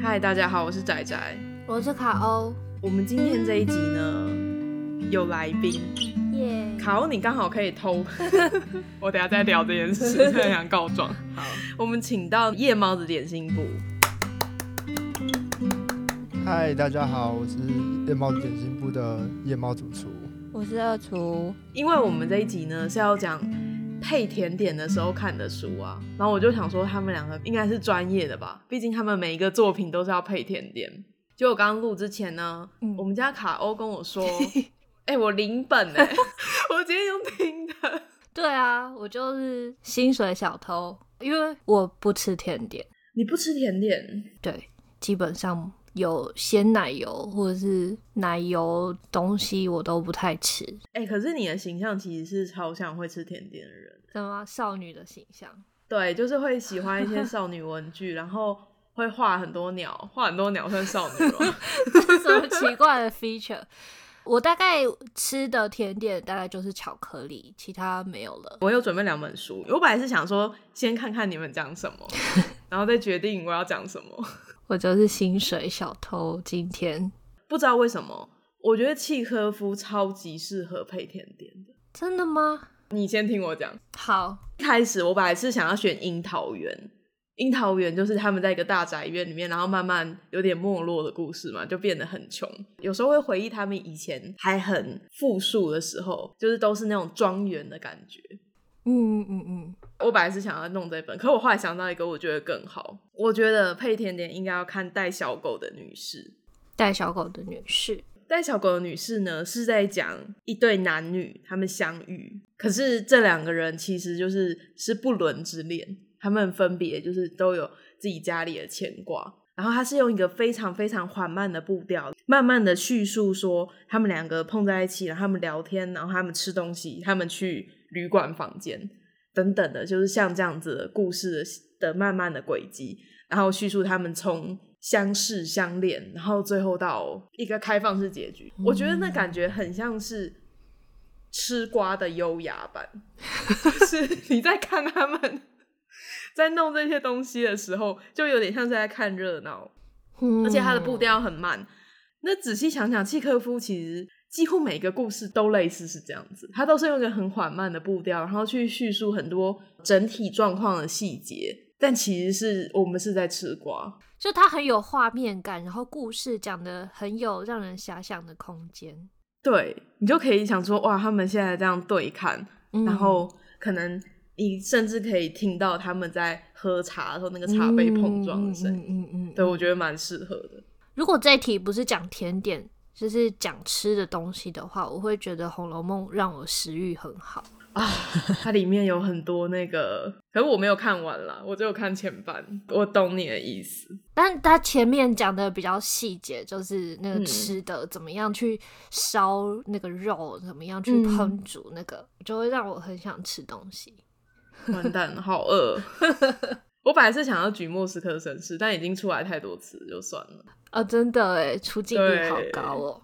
嗨，大家好，我是仔仔。我是卡欧，我们今天这一集呢，有来宾。耶、卡欧，你刚好可以偷， 我等一下再聊这件事，太想告状。好，我们请到夜猫子点心部，嗨，大家好，我是夜猫子点心部的夜猫主厨。我是二厨，因为我们这一集呢是要讲配甜点的时候看的书啊，然后我就想说他们两个应该是专业的吧，毕竟他们每一个作品都是要配甜点。就我刚刚录之前呢，嗯我们家卡欧跟我说，哎、我零本哎、我今天用听的。对啊，我就是薪水小偷，因为我不吃甜点，你不吃甜点，对，基本上有鲜奶油或者是奶油东西我都不太吃，哎、可是你的形象其实是超像会吃甜点的人，什么少女的形象，对，就是会喜欢一些少女文具，然后会画很多鸟，画很多鸟算少女吗？ 什么奇怪的 feature。我大概吃的甜点大概就是巧克力，其他没有了。我有准备两本书，我本来是想说先看看你们讲什么，然后再决定我要讲什么。我就是薪水小偷，今天不知道为什么，我觉得契诃夫超级适合配甜点的。真的吗？你先听我讲。好，一开始我本来是想要选樱桃园，樱桃园就是他们在一个大宅院里面，然后慢慢有点没落的故事嘛，就变得很穷。有时候会回忆他们以前还很富庶的时候，就是都是那种庄园的感觉。嗯嗯嗯，我本来是想要弄这本，可我后来想到一个，我觉得更好。我觉得配甜点应该要看带小狗的女士。带小狗的女士，带小狗的女士呢，是在讲一对男女他们相遇，可是这两个人其实就是是不伦之恋，他们分别就是都有自己家里的牵挂。然后他是用一个非常非常缓慢的步调，慢慢的叙述说他们两个碰在一起，然后他们聊天，然后他们吃东西，他们去旅馆房间等等的，就是像这样子的故事的的慢慢的轨迹。然后叙述他们从相识、相恋，然后最后到一个开放式结局。我觉得那感觉很像是吃瓜的优雅版，就是 你在看他们 在弄这些东西的时候，就有点像是在看热闹，而且它的步调。调很慢。那仔细想想，契诃夫其实几乎每个故事都类似是这样子，他都是用一个很缓慢的步调，然后去叙述很多整体状况的细节。但其实是我们是在吃瓜，就它很有画面感，然后故事讲的很有让人遐想的空间。对你就可以想说，哇，他们现在这样对看，嗯然后可能你甚至可以听到他们在喝茶的时候那个茶杯碰撞的声音。嗯嗯嗯嗯嗯对，我觉得蛮适合的。如果这一题不是讲甜点，就是讲吃的东西的话，我会觉得《红楼梦》让我食欲很好。它里面有很多那个，可是我没有看完啦，我只有看前半。我懂你的意思。但它前面讲的比较细节，就是那个嗯吃的、怎么样去烧那个肉，怎么样去嗯烹煮那个，就会让我很想吃东西。完蛋，好饿。 我本来是想要举莫斯科绅士，但已经出来太多次，就算了。啊、真的哎，出镜率好对高哦。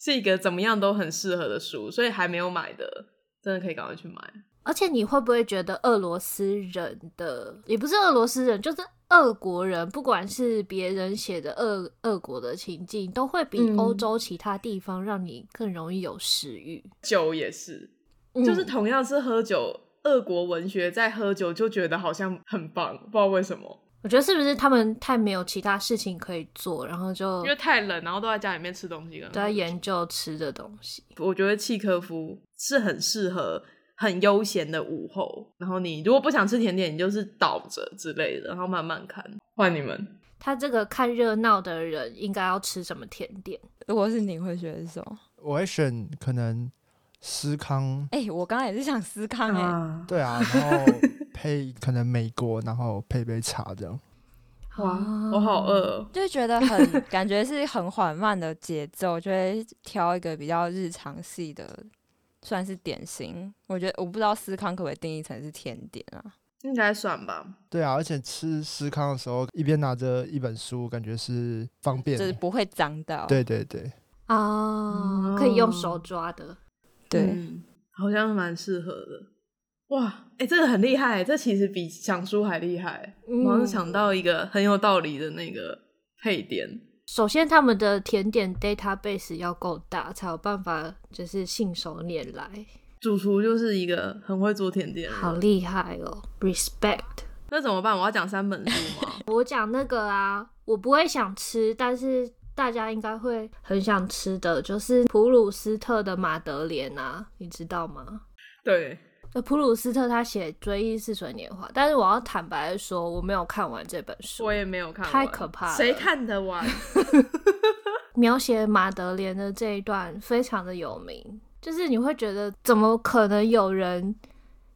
是一个怎么样都很适合的书，所以还没有买的，真的可以赶快去买。而且你会不会觉得俄罗斯人的也不是俄罗斯人，就是俄国人，不管是别人写的俄俄国的情境，都会比嗯欧洲其他地方让你更容易有食欲。嗯酒也是，就是同样是喝酒，俄国文学在喝酒就觉得好像很棒，不知道为什么，我觉得是不是他们太没有其他事情可以做，然后就因为太冷，然后都在家里面吃东西跟喝都在研究吃的东西。我觉得契诃夫是很适合很悠闲的午后，然后你如果不想吃甜点，你就是倒着之类的，然后慢慢看。换你们，他这个看热闹的人应该要吃什么甜点？如果是你会选什么？我会选可能思康，哎、我刚刚也是想思康嗯哎、对啊，然 后配可能美国，然后配杯茶这样。哇，我好饿。哦就觉得很感觉是很缓慢的节奏，就会挑一个比较日常系的，算是点心。我觉得我不知道思康可不可以定义成是甜点啊？应该算吧，对啊，而且吃思康的时候，一边拿着一本书，感觉是方便就。是不会脏到。对对对，啊、可以用哦手抓的。对，嗯好像蛮适合的。哇，哎、这个很厉害，这其实比想书还厉害。我好像想到一个很有道理的那个配点，首先，他们的甜点 database 要够大，才有办法就是信手拈来，主厨就是一个很会做甜点的人。好厉害哦，respect。那怎么办？我要讲三本 书吗？我讲那个啊，我不会想吃，但是大家应该会很想吃的，就是普鲁斯特的《马德莲》啊，你知道吗？对，呃，普鲁斯特他写《追忆似水年华》，但是我要坦白的说，我没有看完这本书。我也没有看完，太可怕了谁看得完？描写马德莲的这一段非常的有名，就是你会觉得怎么可能有人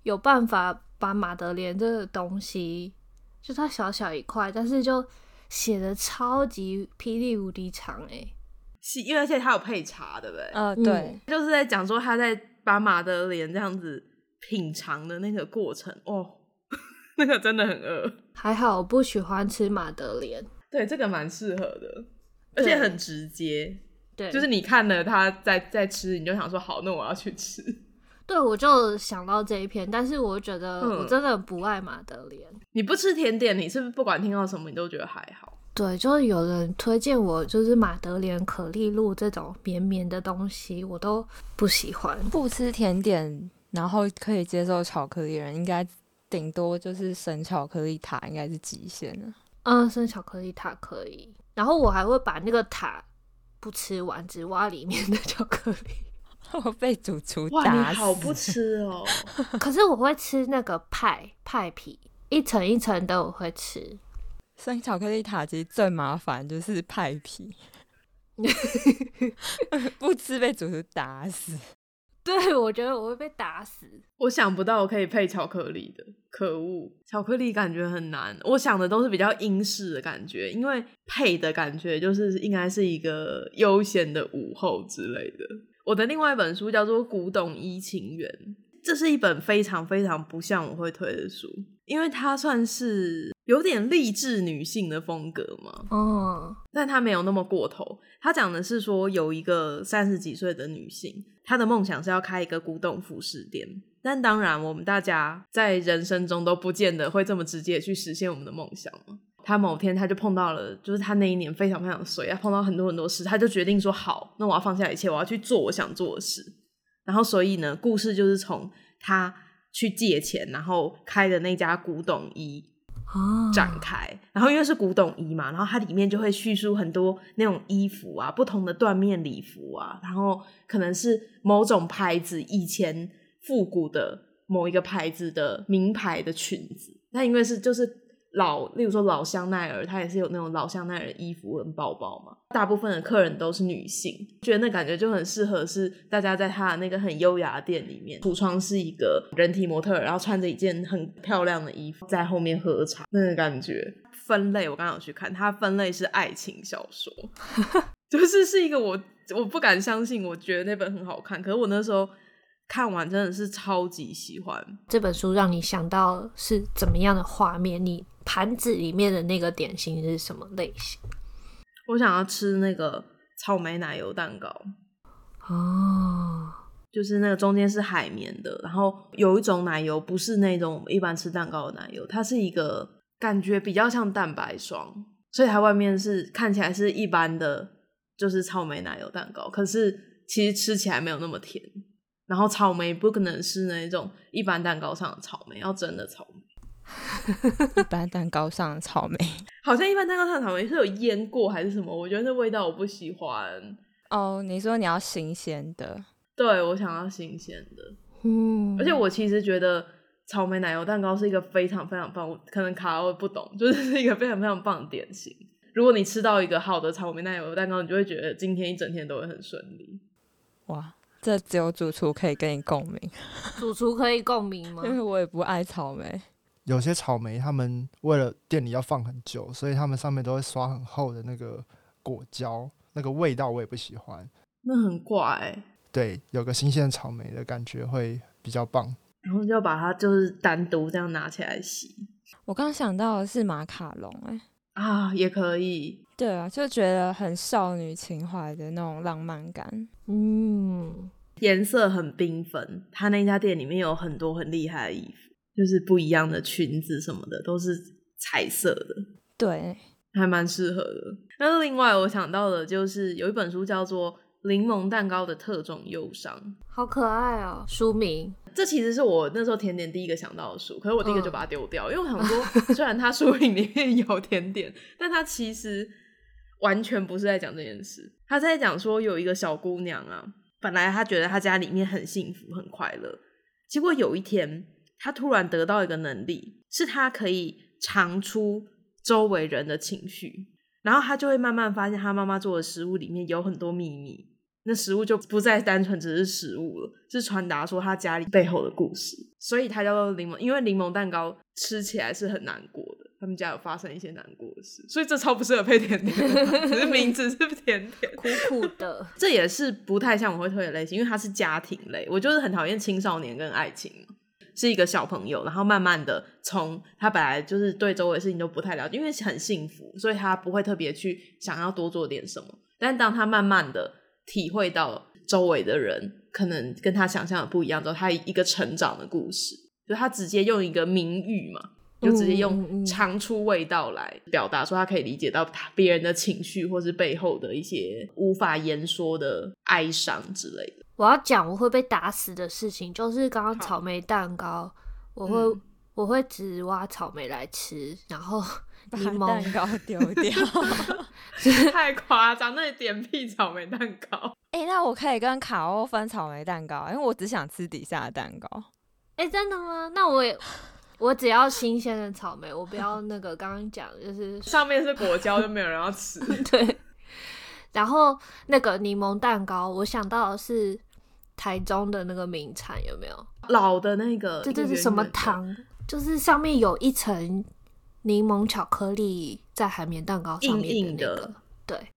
有办法把马德莲这个东西，就它小小一块，但是就写的超级霹雳无敌长哎、欸，是因为而且他有配茶，对不对？呃，嗯对，就是在讲说他在把马德莲这样子品尝的那个过程哦， 那个真的很饿。还好我不喜欢吃马德莲，对，这个蛮适合的，而对且很直接，对，就是你看了他在在吃，你就想说好，那我要去吃。 对我就想到这一篇，但是我觉得嗯我真的不爱马德莲。你不吃甜点，你是不是不管听到什么，你都觉得还好？对，就是有人推荐我，就是马德莲、可丽露这种绵绵的东西，我都不喜欢。不吃甜点，然后可以接受巧克力的人，应该顶多就是生巧克力塔，应该是极限了。 嗯，生巧克力塔可以。然后我还会把那个塔不吃完，只挖里面的 巧克力。我被主厨哇，你打死，好不吃哦！可是我会吃那个派派皮，一层一层的我会吃。生巧克力塔其实最麻烦就是派 皮，不吃被主厨打死。对，我觉得我会被打死。我想不到我可以配巧克力的，可恶！巧克力感觉很难，我想的都是比较英式的感觉，因为配的感觉就是应该是一个悠闲的午后之类的。我的另外一本书叫做《古董一情缘》，这是一本非常非常不像我会推的书，因为它算是有点励志女性的风格嘛。哦，但她没有那么过头。她讲的是说，有一个三十几岁的女性，她的梦想是要开一个古董服饰店。但当然，我们大家在人生中都不见得会这么直接地去实现我们的梦想嘛。她某天，她就碰到了，就是她那一年非常非常衰，她碰到很多很多事，她就决定说：好，那我要放下一切，我要去做我想做的事。然后，所以呢，故事就是从她去借钱，然后开的那家古董衣哦，展开，然后因为是古董衣嘛，然后它里面就会叙述很多那种衣服啊，不同的缎面礼服啊，然后可能是某种牌子以前复古的某一个牌子的名牌的裙子，那因为是就是老，例如说老香奈儿，它也是有那种老香奈儿的衣服跟包包嘛。大部分的客人都是女性，觉得那感觉就很适合是大家在它的那个很优雅的店里面，橱窗是一个人体模特儿，然后穿着一件很漂亮的衣服，在后面喝茶那个感觉。分类我刚刚有去看，它分类是爱情小说，就是是一个我我不敢相信，我觉得那本很好看，可是我那时候看完真的是超级喜欢。这本书让你想到是怎么样的画面？你盘子里面的那个点心是什么类型？我想要吃那个草莓奶油蛋糕，哦，就是那个中间是海绵的，然后有一种奶油不是那种我们一般吃蛋糕的奶油，它是一个感觉比较像蛋白霜，所以它外面是看起来是一般的，就是草莓奶油蛋糕，可是其实吃起来没有那么甜。然后草莓不可能是那种一般蛋糕上的草莓，要真的草莓。一般蛋糕上的草莓好像一般蛋糕上的草莓是有腌过还是什么，我觉得那味道我不喜欢。 哦，你说你要新鲜的，对我想要新鲜的。嗯，而且我其实觉得草莓奶油蛋糕是一个非常非常棒，我可能卡欧不懂，就是是一个非常非常棒的点心。如果你吃到一个好的草莓奶油蛋糕，你就会觉得今天一整天都会很顺利。哇，这只有主厨可以跟你共鸣，主厨可以共鸣吗？因为我也不爱草莓。有些草莓他们为了店里要放很久，所以他们上面都会刷很厚的那个果胶，那个味道我也不喜欢。那很怪欸、对，有个新鲜草莓的感觉会比较棒。然后就把它就是单独这样拿起来洗我刚想到的是马卡龙、哎，啊，也可以。对啊，就觉得很少女情怀的那种浪漫感。嗯，颜色很缤纷。他那家店里面有很多很厉害的衣服，就是不一样的裙子什么的，都是彩色的。对，还蛮适合的。那另外我想到的就是有一本书叫做《柠檬蛋糕的特种忧伤好可爱哦、书名，》，这其实是我那时候甜点第一个想到的书，可是我第一个嗯就把它丢掉，因为我想说，虽然它书名里面有甜点，但它其实完全不是在讲这件事，他在讲说有一个小姑娘啊，本来她觉得她家里面很幸福很快乐，结果有一天她突然得到一个能力，是她可以尝出周围人的情绪，然后她就会慢慢发现她妈妈做的食物里面有很多秘密，那食物就不再单纯只是食物了，是传达说她家里背后的故事，所以它叫做柠檬，因为柠檬蛋糕吃起来是很难过的。他们家有发生一些难过的事，所以这超不适合配甜点的，只是名字是甜点。，苦苦的 这也是不太像我会推的类型，因为它是家庭类，我就是很讨厌青少年跟爱情。是一个小朋友，然后慢慢的从他本来就是对周围的事情都不太了解，因为很幸福，所以他不会特别去想要多做点什么。但当他慢慢的体会到周围的人可能跟他想象的不一样之后，他一个成长的故事，就他直接用一个名誉嘛，就直接嗯嗯用嗯尝出味道来表达说他可以理解到他别人的情绪，或是背后的一些无法言说的哀伤之类的。我要讲我会被打死的事情，就是刚刚草莓蛋糕，我会、嗯我会只挖草莓来吃，然后把柠蛋檬糕丢掉。 太夸张，那你点屁草莓蛋糕。哎、那我可以跟卡欧分草莓蛋糕，因为我只想吃底下的蛋糕。哎、真的吗？那我也，我只要新鲜的草莓，我不要那个刚刚讲的就是 上面是果胶，就没有人要吃。对。 然后那个柠檬蛋糕，我想到的是台中的那个名产，有没有？ 老的那个，对对一个对，圆什么圆的？糖？就是上面有一层柠檬巧克力在海绵蛋糕上面硬硬的那的个。对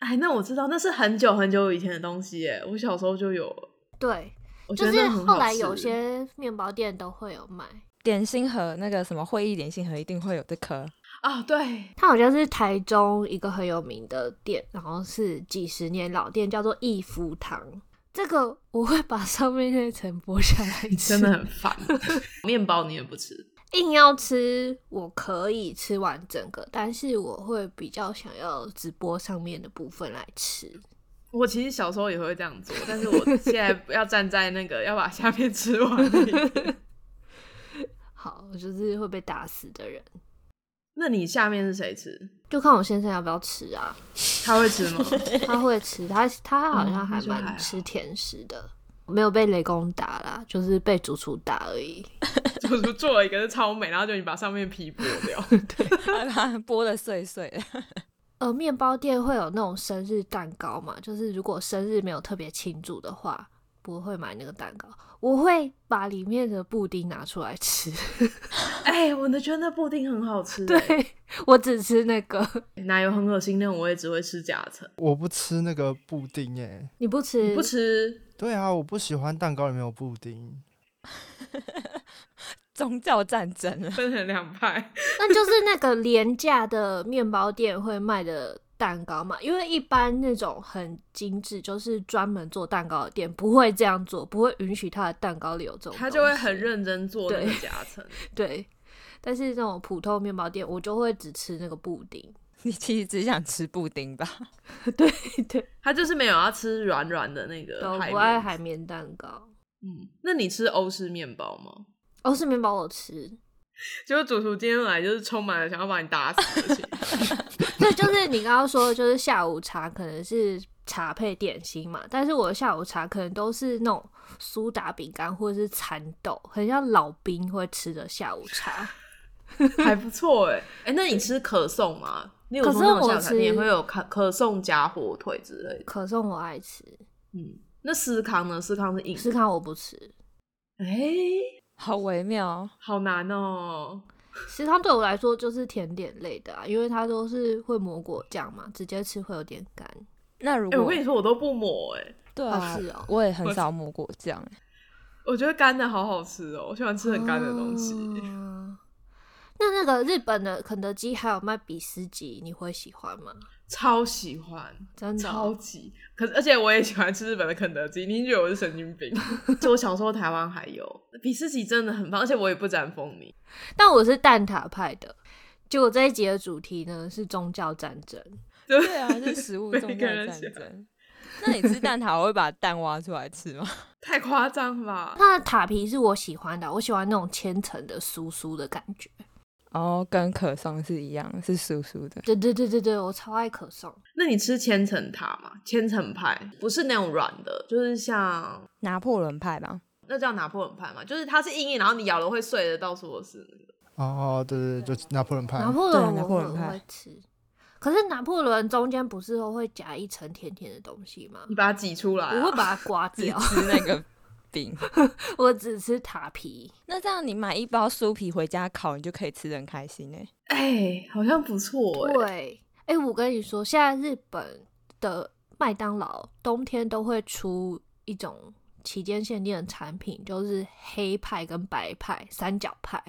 哎，那我知道，那是很久很久以前的东西耶，我小时候就有了。对，我觉得就是那很好后来吃欸有些面包店都会有卖。点心盒那个什么会议点心盒一定会有这颗， 啊，对，它好像是台中一个很有名的店，然后是几十年老店，叫做益福堂。这个我会把上面那层剥下来吃，真的很 烦。面包你也不吃，硬要吃，我可以吃完整个，但是我会比较想要只剥上面的部分来吃。我其实小时候也会这样做，但是我现在要站在那个要把下面吃完的一 边。好，我就是会被打死的人，那你下面是谁吃？就看我先生要不要吃啊。他会吃 吗？他会吃，他他好嗯像还那就还好蛮吃甜食的，没有被雷公打啦，就是被主厨打而已。就是做了一个是超美，然后就你把上面皮剥 掉。把它剥的碎碎的。呃，面包店会有那种生日蛋糕嘛，就是如果生日没有特别庆祝的话，不会买那个蛋糕，我会把里面的布丁拿出来吃。 哎、我的觉得那布丁很好吃、欸对，我只吃那个，奶油很恶心，那种我也只会吃夹层，我不吃那个布丁诶、你不吃？不吃。对啊，我不喜欢蛋糕里面有布丁。宗教战争了， 分成两派，那就是那个廉价的面包店会卖的蛋糕嘛，因为一般那种很精致，就是专门做蛋糕的店不会这样做，不会允许他的蛋糕里有这种东西，他就会很认真做那个对夹层。对。但是那种普通面包店，我就会只吃那个布丁。 你其实只想吃布丁吧？对对，他就是没有要吃软软的那个我海不爱绵。海绵蛋糕。嗯，那你吃欧式面包吗？哦，是面包我吃，结果主厨今天来就是充满了想要把你打 死的情绪。 对，就是你刚刚说，就是下午茶可能是茶配点心嘛，但是我的下午茶可能都是那种苏打饼干或者是蚕豆，很像老兵会吃的下午茶。还不错哎、哎、那你吃可颂吗？你有可说颂那种我下餐，你也吃会有可可颂加火腿之类的。可颂我爱吃，嗯，那司康呢？司康是硬的。司康我不吃，哎、好微妙，好难哦、司康对我来说就是甜点类的啊，因为它都是会抹果酱嘛，直接吃会有点干。那如哎、我果、跟你说，我都不抹哎、对啊，哦是哦我也很少抹果酱， 我觉得干的好好吃哦、我喜欢吃很干的东西。啊哦那那个日本的肯德基还有卖比斯吉，你会喜欢吗？超喜欢，真的嗯超哦级。可是而且我也喜欢吃日本的肯德基， 你一定觉得我是神经病。就我小时候台湾还有比斯吉真的很棒，而且我也不沾风靡。但我是蛋挞派的。结果这一集的主题呢是宗教战争，对啊，这是食物每宗个教人战喜争。 那你吃蛋挞会把蛋挖出来吃吗？ 太夸张了吧？它的塔皮是我喜欢的，我喜欢那种千层的酥酥的感觉。哦，跟可颂是一样，是酥酥的。对对对对对，我超爱可颂。那你吃千层塔吗？千层派不是那种软的，就是像拿破仑派吧，那叫拿破仑派嘛，就是它是硬硬，然后你咬了会碎的，到处都是那个。哦哦，对对对，就拿破仑派拿，破嗯对仑拿我破会仑我派会吃，可是拿破仑中间不是都会夹一层甜甜的东西吗嗯你？把它挤出来、啊，我会把它刮只 掉，吃那个饼。我只吃塔皮。 那这样你买一包酥皮回家烤，你就可以吃的很开心哎、哎、好像不错哎、对，哎、我跟你说，现在日本的麦当劳冬天都会出一种期间限定的产品，就是黑派跟白派三角派。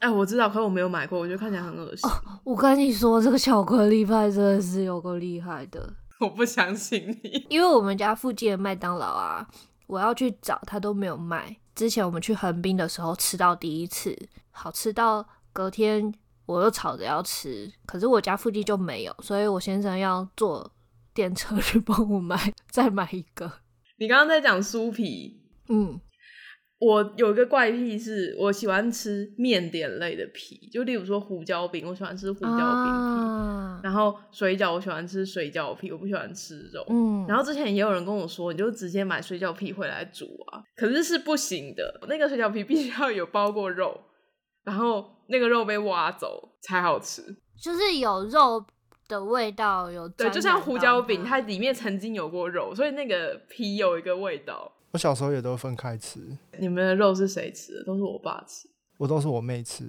哎、我知道，可我没有买过，我觉得看起来很恶心，我跟你说，这个巧克力派真的是有够厉害的， 我不相信你。因为我们家附近的麦当劳啊，我要去找它都没有卖。之前我们去横滨的时候吃到第一次，好吃到隔天我又吵着要吃，可是我家附近就没有，所以我先生要坐电车去帮我买， 再买一个。你刚刚在讲酥皮，嗯，我有一个怪癖是，我喜欢吃面点类的皮，就例如说胡椒饼，我喜欢吃胡椒饼皮，啊，然后水饺我喜欢吃水饺皮，我不喜欢吃肉。嗯，然后后之前也有人跟我说，你就直接买水饺皮回来煮啊，可是是不行的，那个水饺皮必须要有包过肉，然后那个肉被挖走才好吃。就是有肉的味道，有对，沾就像染胡到椒饼，它它里面曾经有过肉，所以那个皮有一个味道。我小时候也都分开吃，你们的肉是谁吃的？都是我爸吃，我都是我妹吃。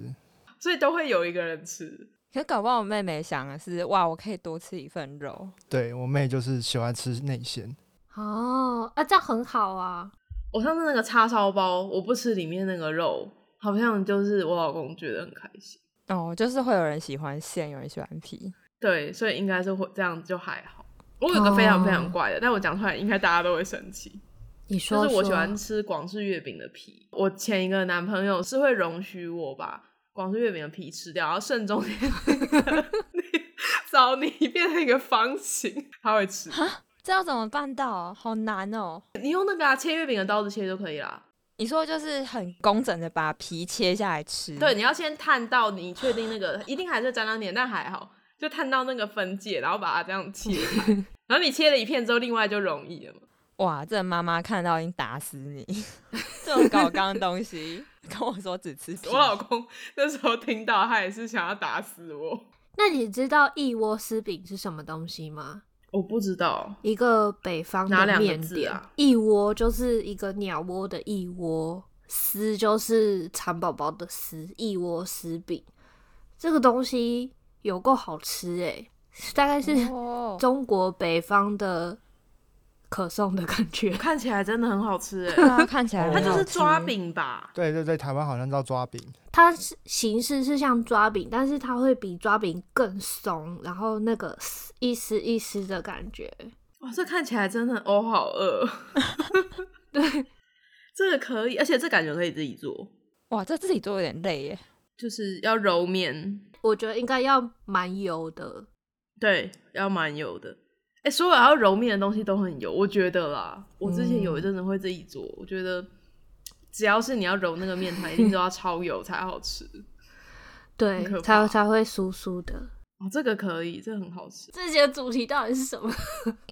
所以都会有一个人吃。可搞不好我妹妹想的是，哇，我可以多吃一份肉。对我妹就是喜欢吃内馅，哦啊，这样很好啊，我上次那个叉烧包，我不吃里面那个肉，好像就是我老公觉得很开心。哦，就是会有人喜欢馅，有人喜欢皮。对，所以应该是会这样就还好。我有个非哦常非常怪的但我讲出来应该大家都会生气，你说就是我喜说欢吃广式月饼的皮。我前一个男朋友是会容许我把广式月饼的皮吃掉，然后剩中间那个 枣泥变成一个方形，他会吃。这要怎么办到？好难哦！你用那个、啊、切月饼的刀子切就可以啦。你说就是很工整的把皮切下来吃，对，，你要先探到你确定那个一定还是沾到点，但还好，就探到那个分界，然后把它这样切开，然后你切了一片之后，另外就容易了嘛。哇，这妈妈看到已经打死 你，这种搞刚东西，跟我说只吃皮，我老公那时候听到，他也是想要打死我。那你知道一窝丝饼是什么东西吗？我不知道，一个北方哪两的个面字点，啊一窝就是一个鸟窝的一窝，丝就是蚕宝宝的丝，一窝丝饼。这个东西有够好吃诶、大概是哦，中国北方的可颂的感觉。 看起来真的很好吃对 哎，啊，看起来它很就是好吃抓，饼吧？对对对，台湾好像叫抓饼，它是形式是像抓饼，但是它会比抓饼更松，然后那个丝一丝一丝的感觉。哇，这看起来真的，我、好饿。对，这个可以，而且这感觉可以自己做，哇，这自己做有点累耶。就是要揉面，我觉得应该要蛮油的，对，要蛮油的。哎、所有要揉面的东西都很油，我觉得啦。我之前有一阵子会自己做，我觉得只要是你要揉那个面团，一定都要超油才好吃。对很可，怕才才会酥酥的。哦，这个可以，这个很好吃。这些主题到底是什么？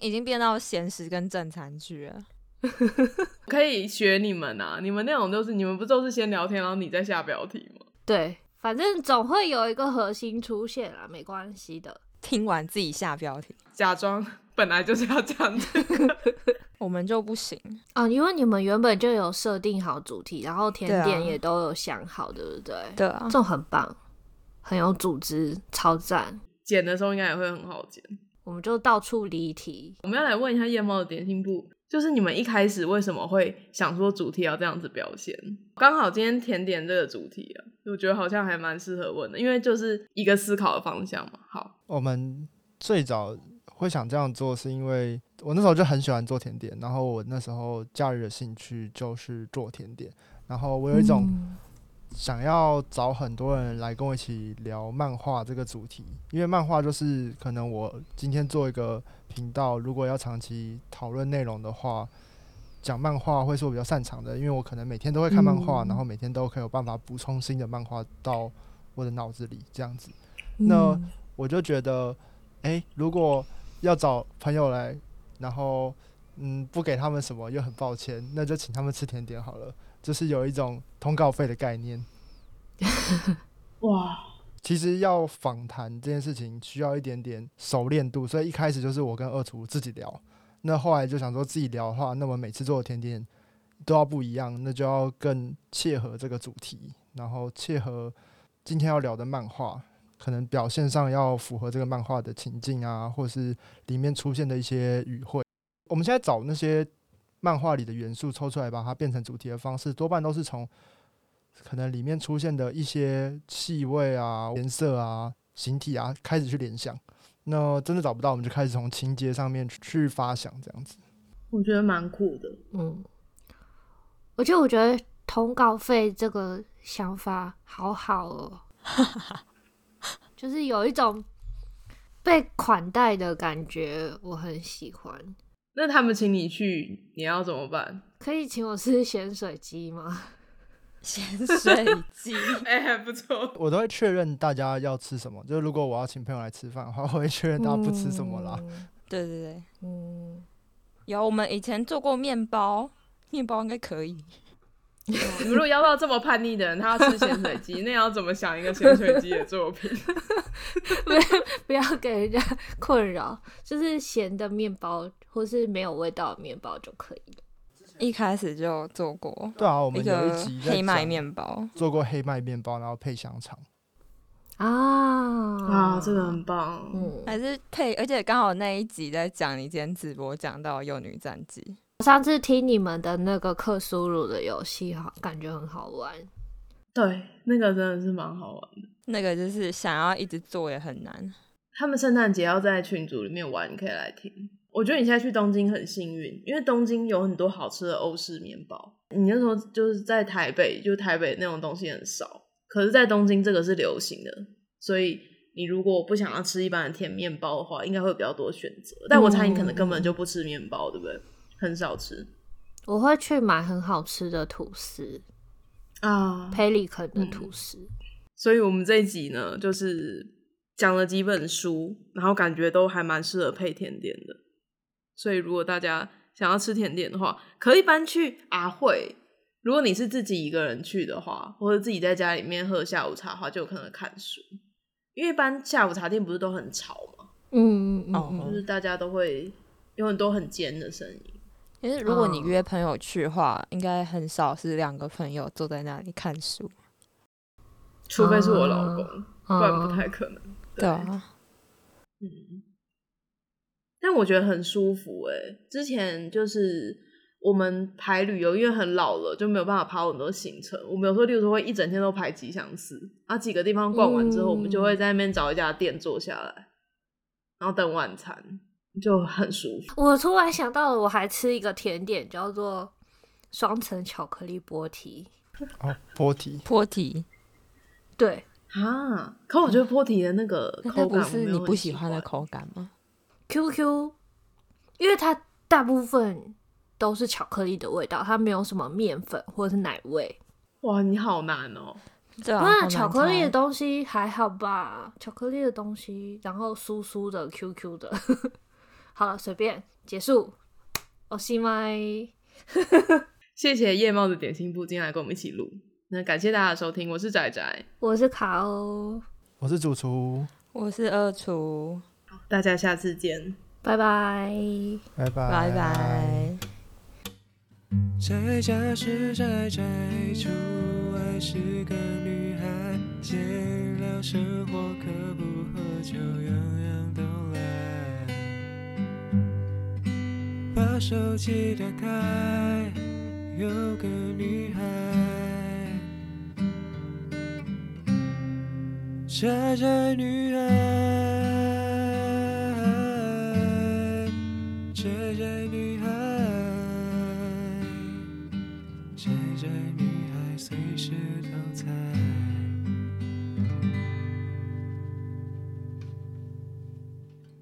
已经变到闲食跟正餐去了。可以学你们啊，你们那种就是你们不都是先聊天，然后你再下标题吗？ 对，反正总会有一个核心出现啦，没关系的。听完自己下标题，假装本来就是要这样子。我们就不行。啊，因为你们原本就有设定好主题，然后甜对啊点也都有想好，对不对？对啊这，种很棒，很有组织，超赞。剪的时候应该也会很好剪。我们就到处离题，我们要来问一下夜猫的点心部，就是你们一开始为什么会想说主题要这样子表现？刚好今天甜点这个主题啊，我觉得好像还蛮适合问的，因为就是一个思考的方向嘛。好，我们最早会想这样做，是因为我那时候就很喜欢做甜点，然后我那时候假日的兴趣就是做甜点，然后我有一种嗯想要找很多人来跟我一起聊漫画这个主题，因为漫画就是可能我今天做一个频道，如果要长期讨论内容的话，讲漫画会是我比较擅长的，因为我可能每天都会看漫画，嗯然后每天都可以有办法补充新的漫画到我的脑子里这样子。那嗯我就觉得，诶，如果要找朋友来，然后嗯不给他们什么又很抱歉，那就请他们吃甜点好了，就是有一种通告费的概念。哇，其实要访谈这件事情需要一点点熟练度，所以一开始就是我跟二厨自己聊，那后来就想说自己聊的话，那么每次做的甜点都要不一样，那就要更切合这个主题，然后切合今天要聊的漫画，可能表现上要符合这个漫画的情境啊，或是里面出现的一些语汇。我们现在找那些漫画里的元素抽出来，把它变成主题的方式，多半都是从可能里面出现的一些气味啊、颜色啊、形体啊开始去联想。那真的找不到，我们就开始从情节上面去去发想，这样子。我觉得蛮酷的。嗯，而且我觉得通告费这个想法好好 哦，就是有一种被款待的感觉，我很喜欢。那他们请你去，你要怎么办？可以请我吃 咸水鸡吗？ 咸水 鸡， 哎、还不错。我都会确认大家要吃什么，就是如果我要请朋友来吃饭的话，我会确认大家不吃什么啦。对对对，嗯？嗯，有我们以前做过面包，面包应该可以。你们如果要到这么叛逆的人，他要吃咸水鸡， 那要怎么想一个咸水鸡的作品？不要给人家困扰，就是咸的面包或是没有味道的面包就可以了。一开始就做过对啊，我一们有个一集在黑麦讲面包，做过黑麦面包，然后配香肠。啊 啊，这个很棒。嗯，还是配，而且刚好那一集在讲你今天直播讲到幼女战记，我上次听你们的那个克苏鲁的游戏，好感觉很好玩。对，那个真的是蛮好玩的。那个就是想要一直做也很难。他们圣诞节要在群组里面玩，你可以来听。我觉得你现在去东京很幸运，因为东京有很多好吃的欧式面包。你那时候就是在台北，就台北那种东西很少，可是，在东京这个是流行的，所以你如果不想要吃一般的甜面包的话，应该会比较多选择。但我猜你可能根本就不吃面包，对不对？很少吃我会去买很好吃的吐司，啊佩里肯的吐司。所以我们这一集呢，就是讲了几本书，然后感觉都还蛮适合配甜点的。所以如果大家想要吃甜点的话，可以搬去阿慧。如果你是自己一个人去的话，或者自己在家里面喝下午茶的话，就有可能看书。因为一般下午茶店不是都很吵嘛，嗯嗯嗯哦嗯，就是大家都会有很多很尖的声音。其实如果你哦约朋友去的话，应该很少是两个朋友坐在那里看书，除非是我老公，不然不太嗯可能。哦对啊，嗯，但我觉得很舒服诶、之前就是我们排旅游，因为很老了，就没有办法排很多行程。我们有时候，例如说会一整天都排吉祥寺，啊，几个地方逛完之后，我们嗯就会在那边找一家店坐下来，然后等晚餐，就很舒服。我突然想到了，我还吃一个甜点叫做双层巧克力波提。哦，波提，坡体对，啊，可我觉得波提的那个那那口不感，是你不喜欢的，口感吗？ QQ，因为它大部分都是巧克力的味道，它没有什么面粉或者是奶味。哇，你好难哦、对啊，那好巧难克力猜的东西还好吧？巧克力的东西，然后酥酥的、QQ 的， 好了，随便结束。我是麦，谢谢夜猫子点心部进来跟我们一起录，那感谢大家的收听，我是仔仔，我是卡欧，我是主厨，我是二厨，大家下次见。拜拜。拜拜，拜拜。宅家是宅宅，出外是个女孩，闲聊生活可不喝酒，样样都来。把手机打开，有个女孩，宅宅女孩。宅宅女孩随时都在。